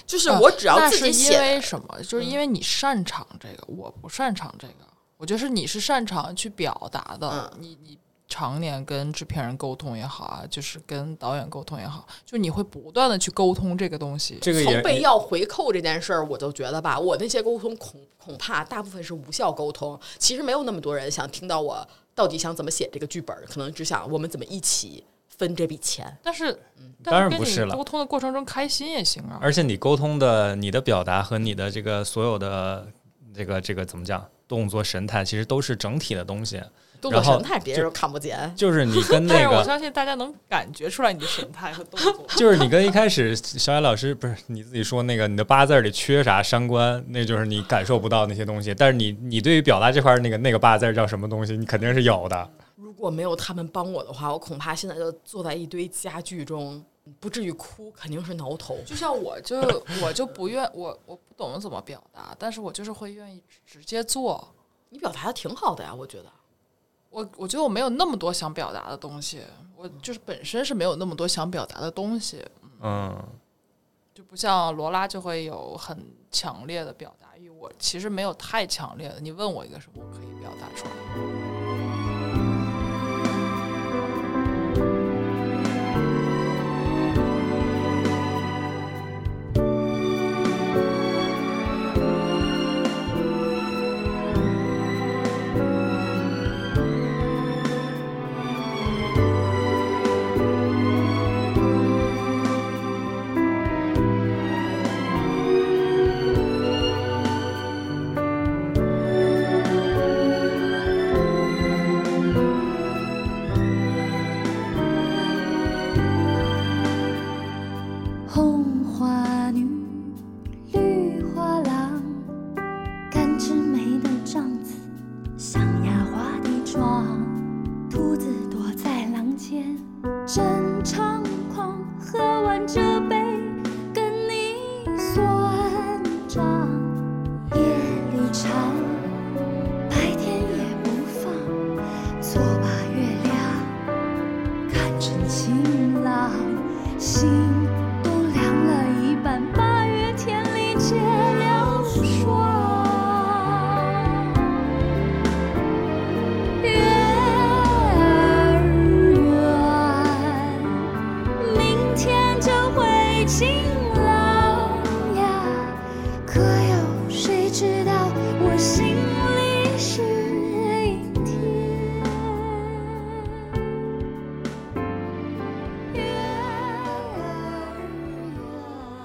C: 就是我只要
B: 哦那
C: 自己
B: 是
C: 写嗯
B: 因为什么？就是因为你擅长这个，我不擅长这个。我觉得是你是擅长去表达的，
C: 嗯
B: 你你常年跟制片人沟通也好啊，就是跟导演沟通也好，就你会不断的去沟通这个东西。
A: 这个
C: 从
A: 也
C: 被要回扣这件事儿，我就觉得吧，我那些沟通恐恐怕大部分是无效沟通。其实没有那么多人想听到我到底想怎么写这个剧本儿，可能只想我们怎么一起分这笔钱。
B: 但是，
A: 当
B: 但
A: 然
B: 是跟
A: 不是
B: 你
A: 了
B: 沟通的过程中开心也行啊。
A: 而且你沟通的、你的表达和你的这个所有的这个这个怎么讲，动作神态，其实都是整体的东西。
C: 动
A: 然
C: 作
A: 后
C: 神态别人都看不见，
A: 就是你跟那
B: 但
C: [laughs]
B: 是我
A: 个，
B: 相信大家能感觉出来你的神态和动作。
A: [laughs] 就是你跟一开始小野老师不是你自己说那个你的八字儿里缺啥伤官，那就是你感受不到那些东西。但是你你对于表达这块儿那个那个八字儿叫什么东西，你肯定是有的。
C: 如果没有他们帮我的话，我恐怕现在就坐在一堆家具中，不至于哭，肯定是挠头。
B: [laughs] 就像我就我就不愿我我不懂怎么表达，但是我就是会愿意直接做。
C: 你表达的挺好的呀，我觉得。
B: 我我觉得我没有那么多想表达的东西，我就是本身是没有那么多想表达的东西，
A: 嗯，
B: 就不像罗拉就会有很强烈的表达欲。我其实没有太强烈的，你问我一个什么，我可以表达出来。
D: 红花女，绿花郎，看枝梅的帐子，象牙花的妆，兔子躲在廊间，真猖狂。喝完这杯，跟你算账。夜里缠，白天也不放，错把月亮。看成情郎，心都凉了一半。八月天里结了霜，月儿圆，明天就会晴朗呀。可有谁知道我心里是阴天？月儿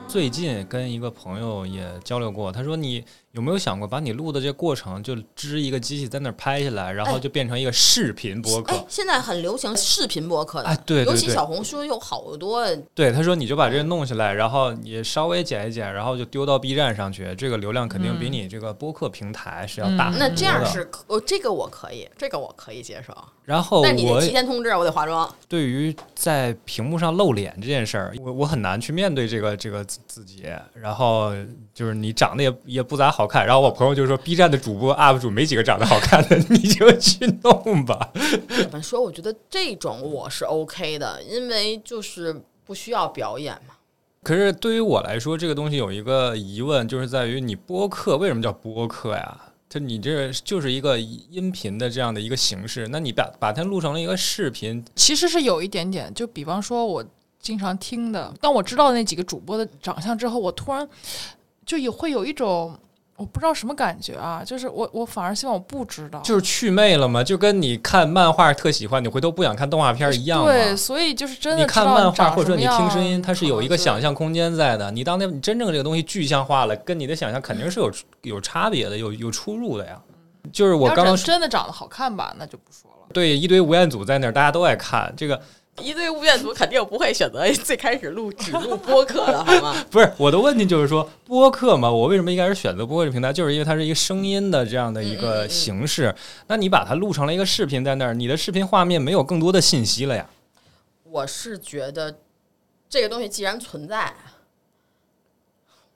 A: 最近跟一个朋友也交流过，他说你有没有想过把你录的这过程就支一个机器在那儿拍下来，然后
C: 哎
A: 就变成一个视频播客？
C: 哎，现在很流行视频博客的，
A: 哎对对
C: 尤其
A: 对啊
C: 小红书有好多
A: 对，他说你就把这个弄下来，然后也稍微剪一剪，然后就丢到 B 站上去，这个流量肯
C: 嗯
A: 定比你这个播客平台是要大很多的。
C: 那这样是可，呃，这个我可以，这个我可以接受，
A: 然后
C: 但你得
A: 我
C: 提前通知，我得化妆。
A: 对于在屏幕上露脸这件事儿，我我很难去面对这个这个自自己。然后就是你长得也也不咋好看，然后我朋友就说 B 站的主播 UP 主没几个长得好看的， [laughs] 你就去弄吧。
C: 怎么说？我觉得这种我是 OK 的，因为就是不需要表演嘛。
A: 可是对于我来说，这个东西有一个疑问，就是在于你播客为什么叫播客呀？它你这就是一个音频的这样的一个形式，那你把把它录成了一个视频，
B: 其实是有一点点，就比方说我经常听的，当我知道那几个主播的长相之后，我突然就也会有一种我不知道什么感觉啊，就是我我反而希望我不知道，
A: 就是祛魅了嘛，就跟你看漫画特喜欢，你回头不想看动画片儿一样嘛。
B: 对，所以就是真的
A: 你看漫画或者说你听声音，它
B: 它
A: 是有一个想象空间在的。你当那真正这个东西具象化了，跟你的想象肯定是有有差别的，有有出入的呀。就是我刚刚说
B: 嗯真的长得好看吧，那就不说了。
A: 对一堆吴彦祖在那儿，大家都爱看这个。
C: 一堆吴彦祖肯定不会选择最开始录只录播客的，好吗？
A: 不是我的问题，就是说播客嘛，我为什么一开始选择播客这个平台，就是因为它是一个声音的这样的一
B: 嗯
A: 个形式。那你把它录成了一个视频在那儿，你的视频画面没有更多的信息了呀。
B: 哎
C: [laughs] 我是觉得这个东西既然存在，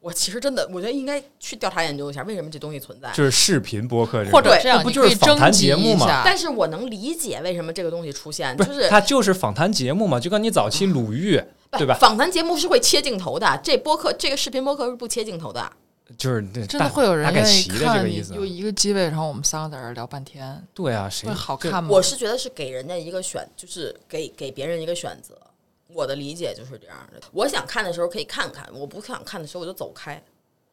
C: 我其实真的我觉得应该去调查研究一下，为什么这东西存在。
A: 就是视频播客这
B: 或
A: 个，
B: 者这样，
A: 那哎不
B: 你
A: 就是
B: 可以
A: 访
B: 征
A: 谈
B: 集
A: 节目
B: 一
A: 嘛
B: 下
C: 但是我能理解为什么这个东西出现，
A: 不
C: 就是
A: 它就是访谈节目嘛，就跟你早期鲁豫
B: 啊
A: 对吧？
C: 访谈节目是会切镜头的，这播客这个视频播客是不切镜头的。
A: 就是那
B: 真
A: 大
B: 的会有人
A: 大概
B: 愿意
A: 齐的这
B: 看
A: 个
B: 你
A: 意思啊
B: 就。一个机位，然后我们三个在这儿聊半天，
A: 对啊，谁
B: 会好看吗？
C: 我是觉得是给人家一个选，就是给给别人一个选择。我的理解就是这样的。我想看的时候可以看看，我不想看的时候我就走开。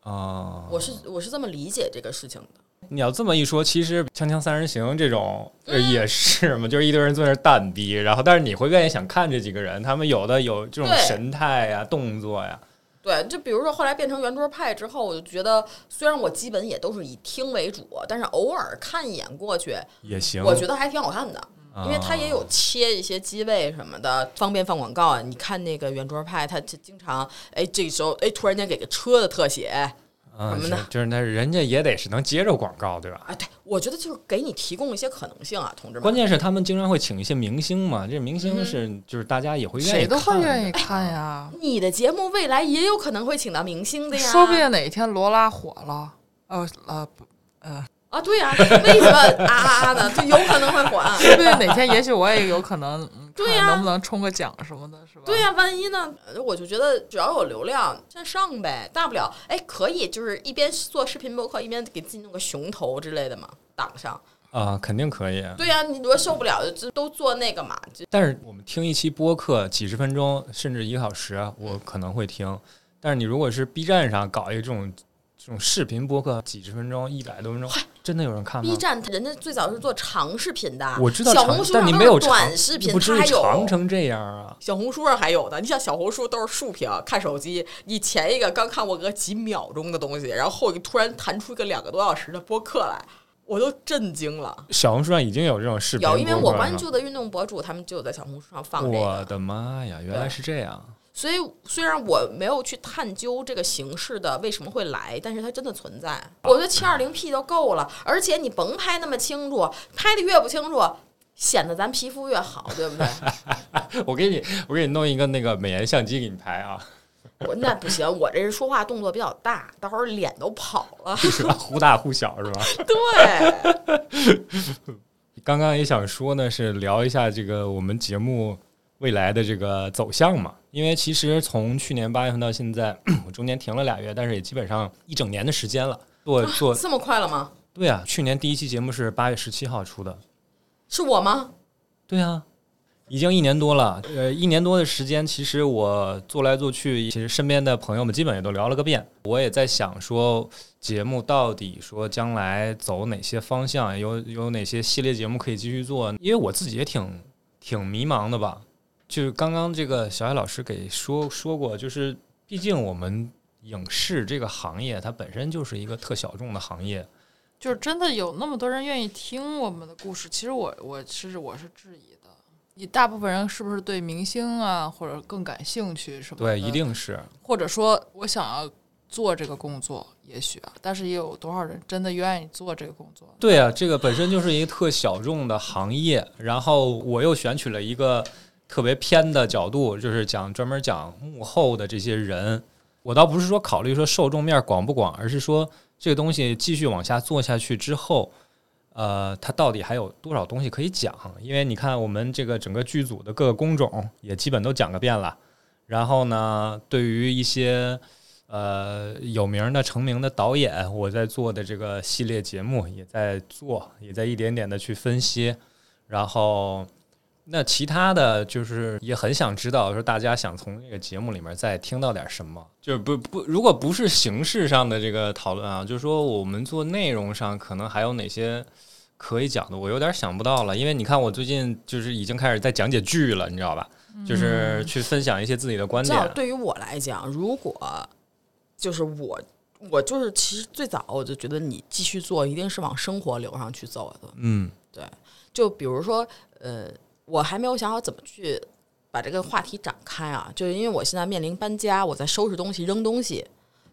A: 啊？
C: 我是我是这么理解这个事情的。
A: 你要这么一说，其实《锵锵三人行》这种呃
B: 嗯
A: 也是嘛，就是一堆人坐那儿蛋逼，然后但是你会愿意想看这几个人，他们有的有这种
C: 对
A: 神态呀、动作呀，
C: 对，就比如说后来变成圆桌派之后，我就觉得虽然我基本也都是以听为主，但是偶尔看一眼过去，
A: 也行。
C: 我觉得还挺好看的。
A: 啊
C: 因为它也有切一些机位什么的，方便放广告啊。你看那个圆桌派，他就经常哎，这时候哎，突然间给个车的特写啊，
A: 啊
C: 什么
A: 是
C: 呢
A: 就是那人家也得是能接受广告，对吧？
C: 哎对我觉得就是给你提供一些可能性啊，同志们。
A: 关键是他们经常会请一些明星嘛，这明星是、就是大家也会愿意看，
B: 嗯谁都会愿意看呀，
C: 你的节目未来也有可能会请到明星的呀，
B: 说不定哪天罗拉火了，呃呃不呃，
C: 啊，对呀、为什么啊啊啊的？就有可能会啊缓。
B: 对不对？哪天也许我也有可能，嗯
C: 对
B: 看
C: 呀
B: 能不能冲个奖什么的，是吧？
C: 对呀、万一呢？呃我就觉得只要有流量，先上呗，大不了哎，可以就是一边做视频博客，一边给自己弄个熊头之类的嘛，挡上。
A: 啊，肯定可以。
C: 对呀、你如果受不了，就都做那个嘛。就
A: 但是我们听一期播客几十分钟，甚至一个小时，我可能会听。但是你如果是 B 站上搞一个这种这种视频播客，几十分钟、一百多分钟，真的有人看吗
C: B？站人家最早是做长视频的，
A: 嗯我知道
C: 小
A: 长
C: 红，书
A: 但
C: 上
A: 你
C: 都
A: 没有
C: 是
A: 长
C: 短视频，
A: 不至于
C: 它还有
A: 长成这样啊！
C: 小红书上还有的，你像小红书都是竖屏看手机，你前一个刚看过个几秒钟的东西，然后后一个突然弹出一个两个多小时的播客来，我都震惊了。
A: 小红书上已经有这种视频播
C: 有，
A: 客
C: 因为我
A: 了
C: 关注的运动博主他们就有在小红书上放这
A: 我
C: 个，
A: 的妈呀，原来是这样！
C: 所以虽然我没有去探究这个形式的为什么会来，但是它真的存在。我觉得七二零 P 都够了，而且你甭拍那么清楚，拍的越不清楚，显得咱皮肤越好，对不对？ [laughs]
A: 我给你，我给你弄一个那个美颜相机给你拍啊，
C: 我那不行，我这人说话动作比较大，到时候脸都跑了。
A: 是吧？忽大忽小是吧？
C: 对，
A: 刚刚也想说呢，是聊一下这个我们节目未来的这个走向嘛。因为其实从去年八月份到现在， [clears throat] 我中间停了俩月，但是也基本上一整年的时间了。做做
C: [laughs] 这么快了吗？
A: 对啊，去年第一期节目是八月十七号出的，
C: 是我吗？
A: 对啊，已经一年多了。呃，一年多的时间，其实我做来做去，其实身边的朋友们基本也都聊了个遍。我也在想说，节目到底说将来走哪些方向，有有哪些系列节目可以继续做？因为我自己也挺挺迷茫的吧。就是刚刚这个小艾老师给说说过，就是毕竟我们影视这个行业，它本身就是一个特小众的行业。
B: 就是真的有那么多人愿意听我们的故事，其实我我是我是质疑的。你大部分人是不是对明星啊或者更感兴趣什么的？
A: 对，一。定是
B: 或者说，我想要做这个工作，也许啊，但是也有多少人真的愿意做这个工作？
A: 对啊，这个本身就是一个特小众的行业，然后我又选取了一个特别偏的角度，就是讲专门讲幕后的这些人。我倒不是说考虑说受众面广不广，而是说这个东西继续往下做下去之后，呃，它到底还有多少东西可以讲？因为你看我们这个整个剧组的各个工种也基本都讲个遍了。然后呢，对于一些呃有名的成名的导演，我在做的这个系列节目也在做，也在一点点的去分析。然后，那其他的就是也很想知道，说大家想从这个节目里面再听到点什么，就是不不，如果不是形式上的这个讨论啊，就是说我们做内容上可能还有哪些。可以讲的，我有点想不到了，因为你看，我最近就是已经开始在讲解剧了，你知道吧？就是去分享一些自己的观
C: 知
A: 点。
C: 道对于我来讲，如果就是我，我就是其实最早我就觉得你继续做，一定是往生活流上去走的。
A: 嗯，
C: 就比如说，呃，我还没有想好怎么去把这个话题展开啊，就是因为我现在面临搬家，我在收拾东西、扔东西，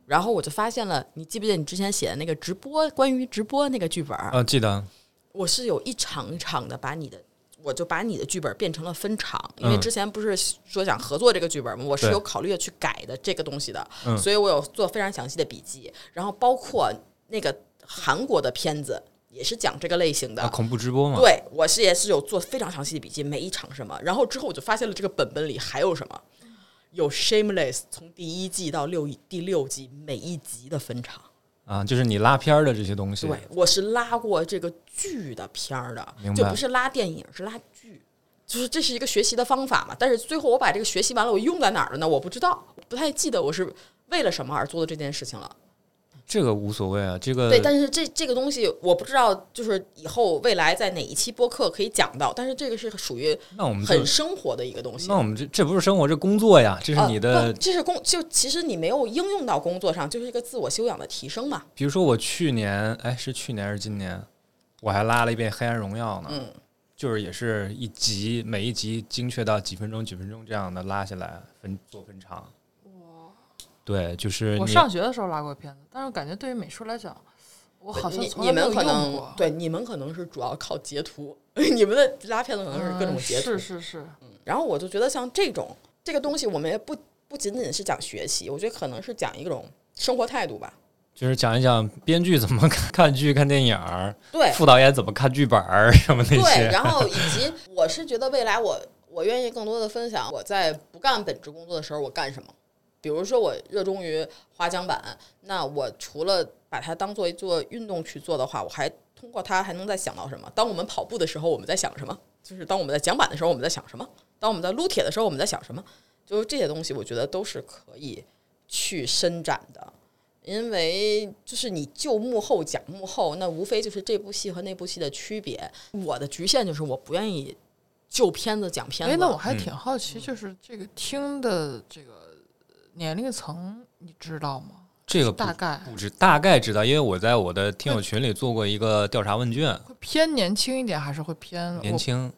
C: 然后我就发现了，你记不记得你之前写的那个直播关于直播那个剧本儿？
A: 啊，记得，
C: 我是有一场一场的把你的，我就把你的剧本变成了分场，因为
A: 嗯
C: 之前不是说想合作这个剧本吗？我是
A: 对
C: 有考虑去改的这个东西的，
A: 嗯
C: 所以我有做非常详细的笔记，然后包括那个韩国的片子也是讲这个类型的。
A: 啊，恐怖直播嘛，
C: 对，我是也是有做非常详细的笔记，每一场什么，然后之后我就发现了这个本本里还有什么，有 Shameless 从第一季到六第六季每一集的分场，
A: 啊，就是你拉片儿的这些东西，
C: 对，我是拉过这个剧的片儿的
A: 明，白
C: 就不是拉电影，是拉剧。就是这是一个学习的方法嘛，但是最后我把这个学习完了，我用在哪儿了呢？我不知道，不太记得我是为了什么而做的这件事情了。
A: 这个无所谓啊，这个
C: 对，但是这这个东西我不知道，就是以后未来在哪一期播客可以讲到，但是这个是属于
A: 那我们就
C: 很生活的一个东西。
A: 那我们这这不是生活，这工作呀，这是
C: 啊
A: 你
C: 不
A: 的。
C: 这是工，就其实你没有应用到工作上，就是一个自我修养的提升嘛。
A: 比如说我哎去年，哎，是去年还是今年，我还拉了一遍《黑暗荣耀》呢，
C: 嗯，
A: 就是也是一集，每一集精确到几分钟、几分钟这样的拉下来分做分场。对，就是
B: 我
A: 你
B: 上学的时候拉过片子，但是感觉对于美术来讲，我好像
C: 你
B: 从
C: 你
B: 来没有
C: 们可
B: 用
C: 能
B: 过。
C: 对你们可能是主要靠截图， [laughs] 你们的拉片子可能是各种
B: 嗯
C: 截图。
B: 是是是，
C: 然后我就觉得像这种这个东西，我们也不不仅仅是讲学习，我觉得可能是讲一种生活态度吧。
A: 就是讲一讲编剧怎么看 [laughs] 看剧、看电影儿，
C: 对
A: 副导演怎么看剧本儿什么那
C: 对，
A: 些。
C: 然后以及我是觉得未来我我愿意更多的分享我在不干本职工作的时候我干什么。比如说我热衷于滑桨板，那我除了把它当做一做运动去做的话，我还通过它还能再想到什么？当我们跑步的时候，我们在想什么？就是当我们在桨板的时候，我们在想什么？当我们在撸铁的时候，我们在想什么？就是这些东西，我觉得都是可以去伸展的。因为就是你就幕后讲幕后，那无非就是这部戏和那部戏的区别。我的局限就是我不愿意就片子讲片子。
B: 哎，那我还挺好奇，就是这个听的这个年龄层，你知道吗？
A: 这个不
B: 大概
A: 不知大概知道，因为我在我的听友群里做过一个调查问卷，
B: 会偏年轻一点，还是会偏
A: 年轻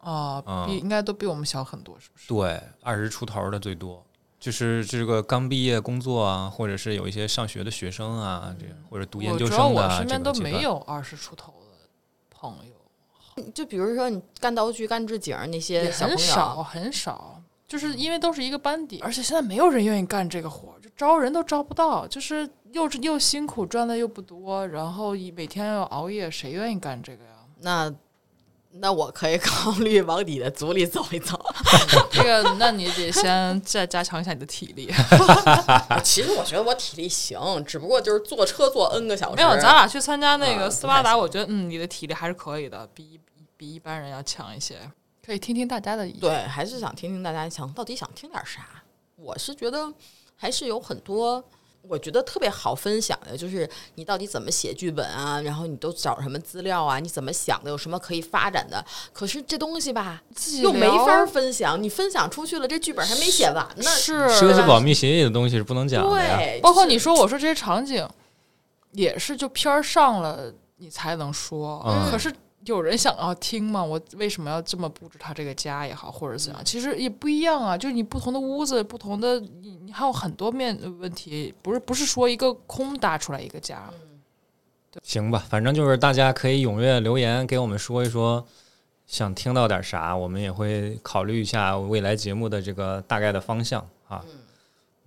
B: 我啊？
A: 嗯
B: 比应该都比我们小很多，是不是？
A: 对二十出头的最多，就是这个刚毕业工作啊，或者是有一些上学的学生啊，这样或者读研
B: 我
A: 究
B: 主
A: 生
B: 要
A: 的
B: 我
A: 啊、
B: 身
A: 这
B: 边
A: 个
B: 都
A: 阶
B: 没
A: 段
B: 有二十出头的朋友，
C: 就比如说你干道具、干置景儿那些
B: 也
C: 小朋
B: 很
C: 友，
B: 少很少，就是因为都是一个班底，而且现在没有人愿意干这个活儿，就招人都招不到，就是又又辛苦，赚的又不多，然后一每天要熬夜，谁愿意干这个呀？
C: 那那我可以考虑往你的组里走一走。
B: 这个，那你得先 [laughs] 再加强一下你的体力。
C: 啊其实我觉得我体力行，只不过就是坐车坐 N 个小时。
B: [laughs] 没有，咱俩去参加那
C: 啊
B: 个
C: 不
B: 斯
C: 太
B: 巴达，
C: 行
B: 我觉得嗯，你的体力还是可以的，比一比一般人要强一些。可以听听大家的意见。
C: 对，还是想听听大家想到底想听点啥。我是觉得还是有很多，我觉得特别好分享的，就是你到底怎么写剧本啊，然后你都找什么资料啊，你怎么想的，有什么可以发展的。可是这东西吧，
B: 自己
C: 又没
B: 聊
C: 法分享，你分享出去了，这剧本还没写完呢。
B: 是
A: 涉及保密协议的东西是不能讲的呀。
C: 对，
B: 包括
C: 就是
B: 你说我说这些场景，也是就片儿上了你才能说。
A: 嗯
B: 可是有人想要听吗？我为什么要这么布置他这个家也好，或者怎
C: 嗯
B: 样？其实也不一样啊，就是你不同的屋子，不同的你，你还有很多面呃问题，不是不是说一个空搭出来一个家。
A: 行吧，反正就是大家可以踊跃留言给我们说一说，想听到点啥，我们也会考虑一下未来节目的这个大概的方向啊。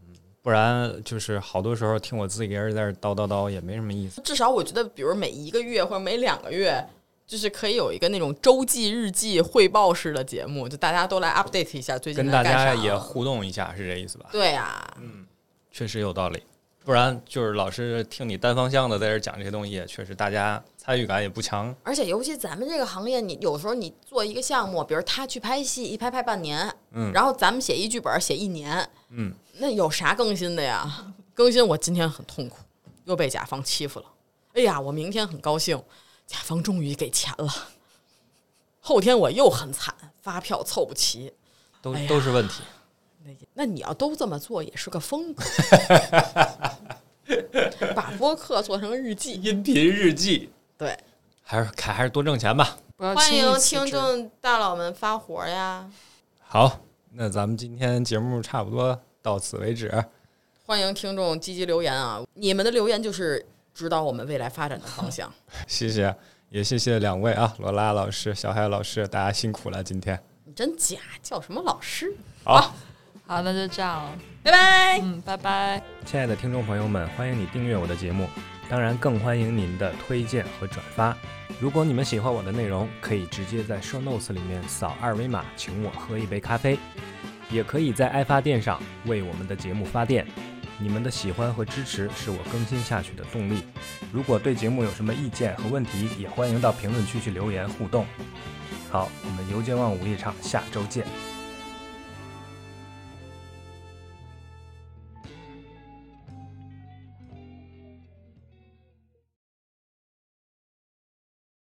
A: 嗯，不然就是好多时候听我自己一个人在这儿叨叨叨也没什么意思。
C: 至少我觉得，比如每一个月或者每两个月，就是可以有一个那种周记、日记、汇报式的节目，就大家都来 update 一下最近
A: 跟大
C: 在干
A: 家
C: 啥
A: 也互动一下，是这意思吧？
C: 对啊，
A: 确实有道理，不然就是老是听你单方向的在这儿讲这些东西，也确实大家参与感也不强。
C: 而且尤其咱们这个行业，你有时候你做一个项目，比如他去拍戏，一拍拍半年，
A: 嗯
C: 然后咱们写一剧本写一年，
A: 嗯，
C: 那有啥更新的呀？更新我今天很痛苦，又被甲方欺负了。哎呀，我明天很高兴，甲方终于给钱了。后天我又很惨，发票凑不齐。
A: 都、
C: 哎呀
A: 都是问题。
C: 那那你要都这么做，也是个风格。 [laughs] 把播客做成日记，
A: 音频日记
C: 对，
A: 还是还是多挣钱吧。
B: 不要
C: 欢
B: 轻易
C: 迎
B: 辞
C: 听
B: 职
C: 众大佬们发活呀！
A: 好，那咱们今天节目差不多到此为止。
C: 欢迎听众积极留言啊！你们的留言就是指导我们未来发展的方向。
A: 谢谢，也谢谢两位啊，罗拉老师、小海老师，大家辛苦了，今天。
C: 你真假？叫什么老师？
A: 好，
B: 好，那就这样了。
C: 拜拜。
B: 嗯，拜拜。
E: 亲爱的听众朋友们，欢迎你订阅我的节目，当然更欢迎您的推荐和转发。如果你们喜欢我的内容，可以直接在 show notes 里面扫二维码，请我喝一杯咖啡，也可以在爱发电上为我们的节目发电。你们的喜欢和支持是我更新下去的动力。如果对节目有什么意见和问题，也欢迎到评论区去留言互动。好，我们邮件万物一场，下周见，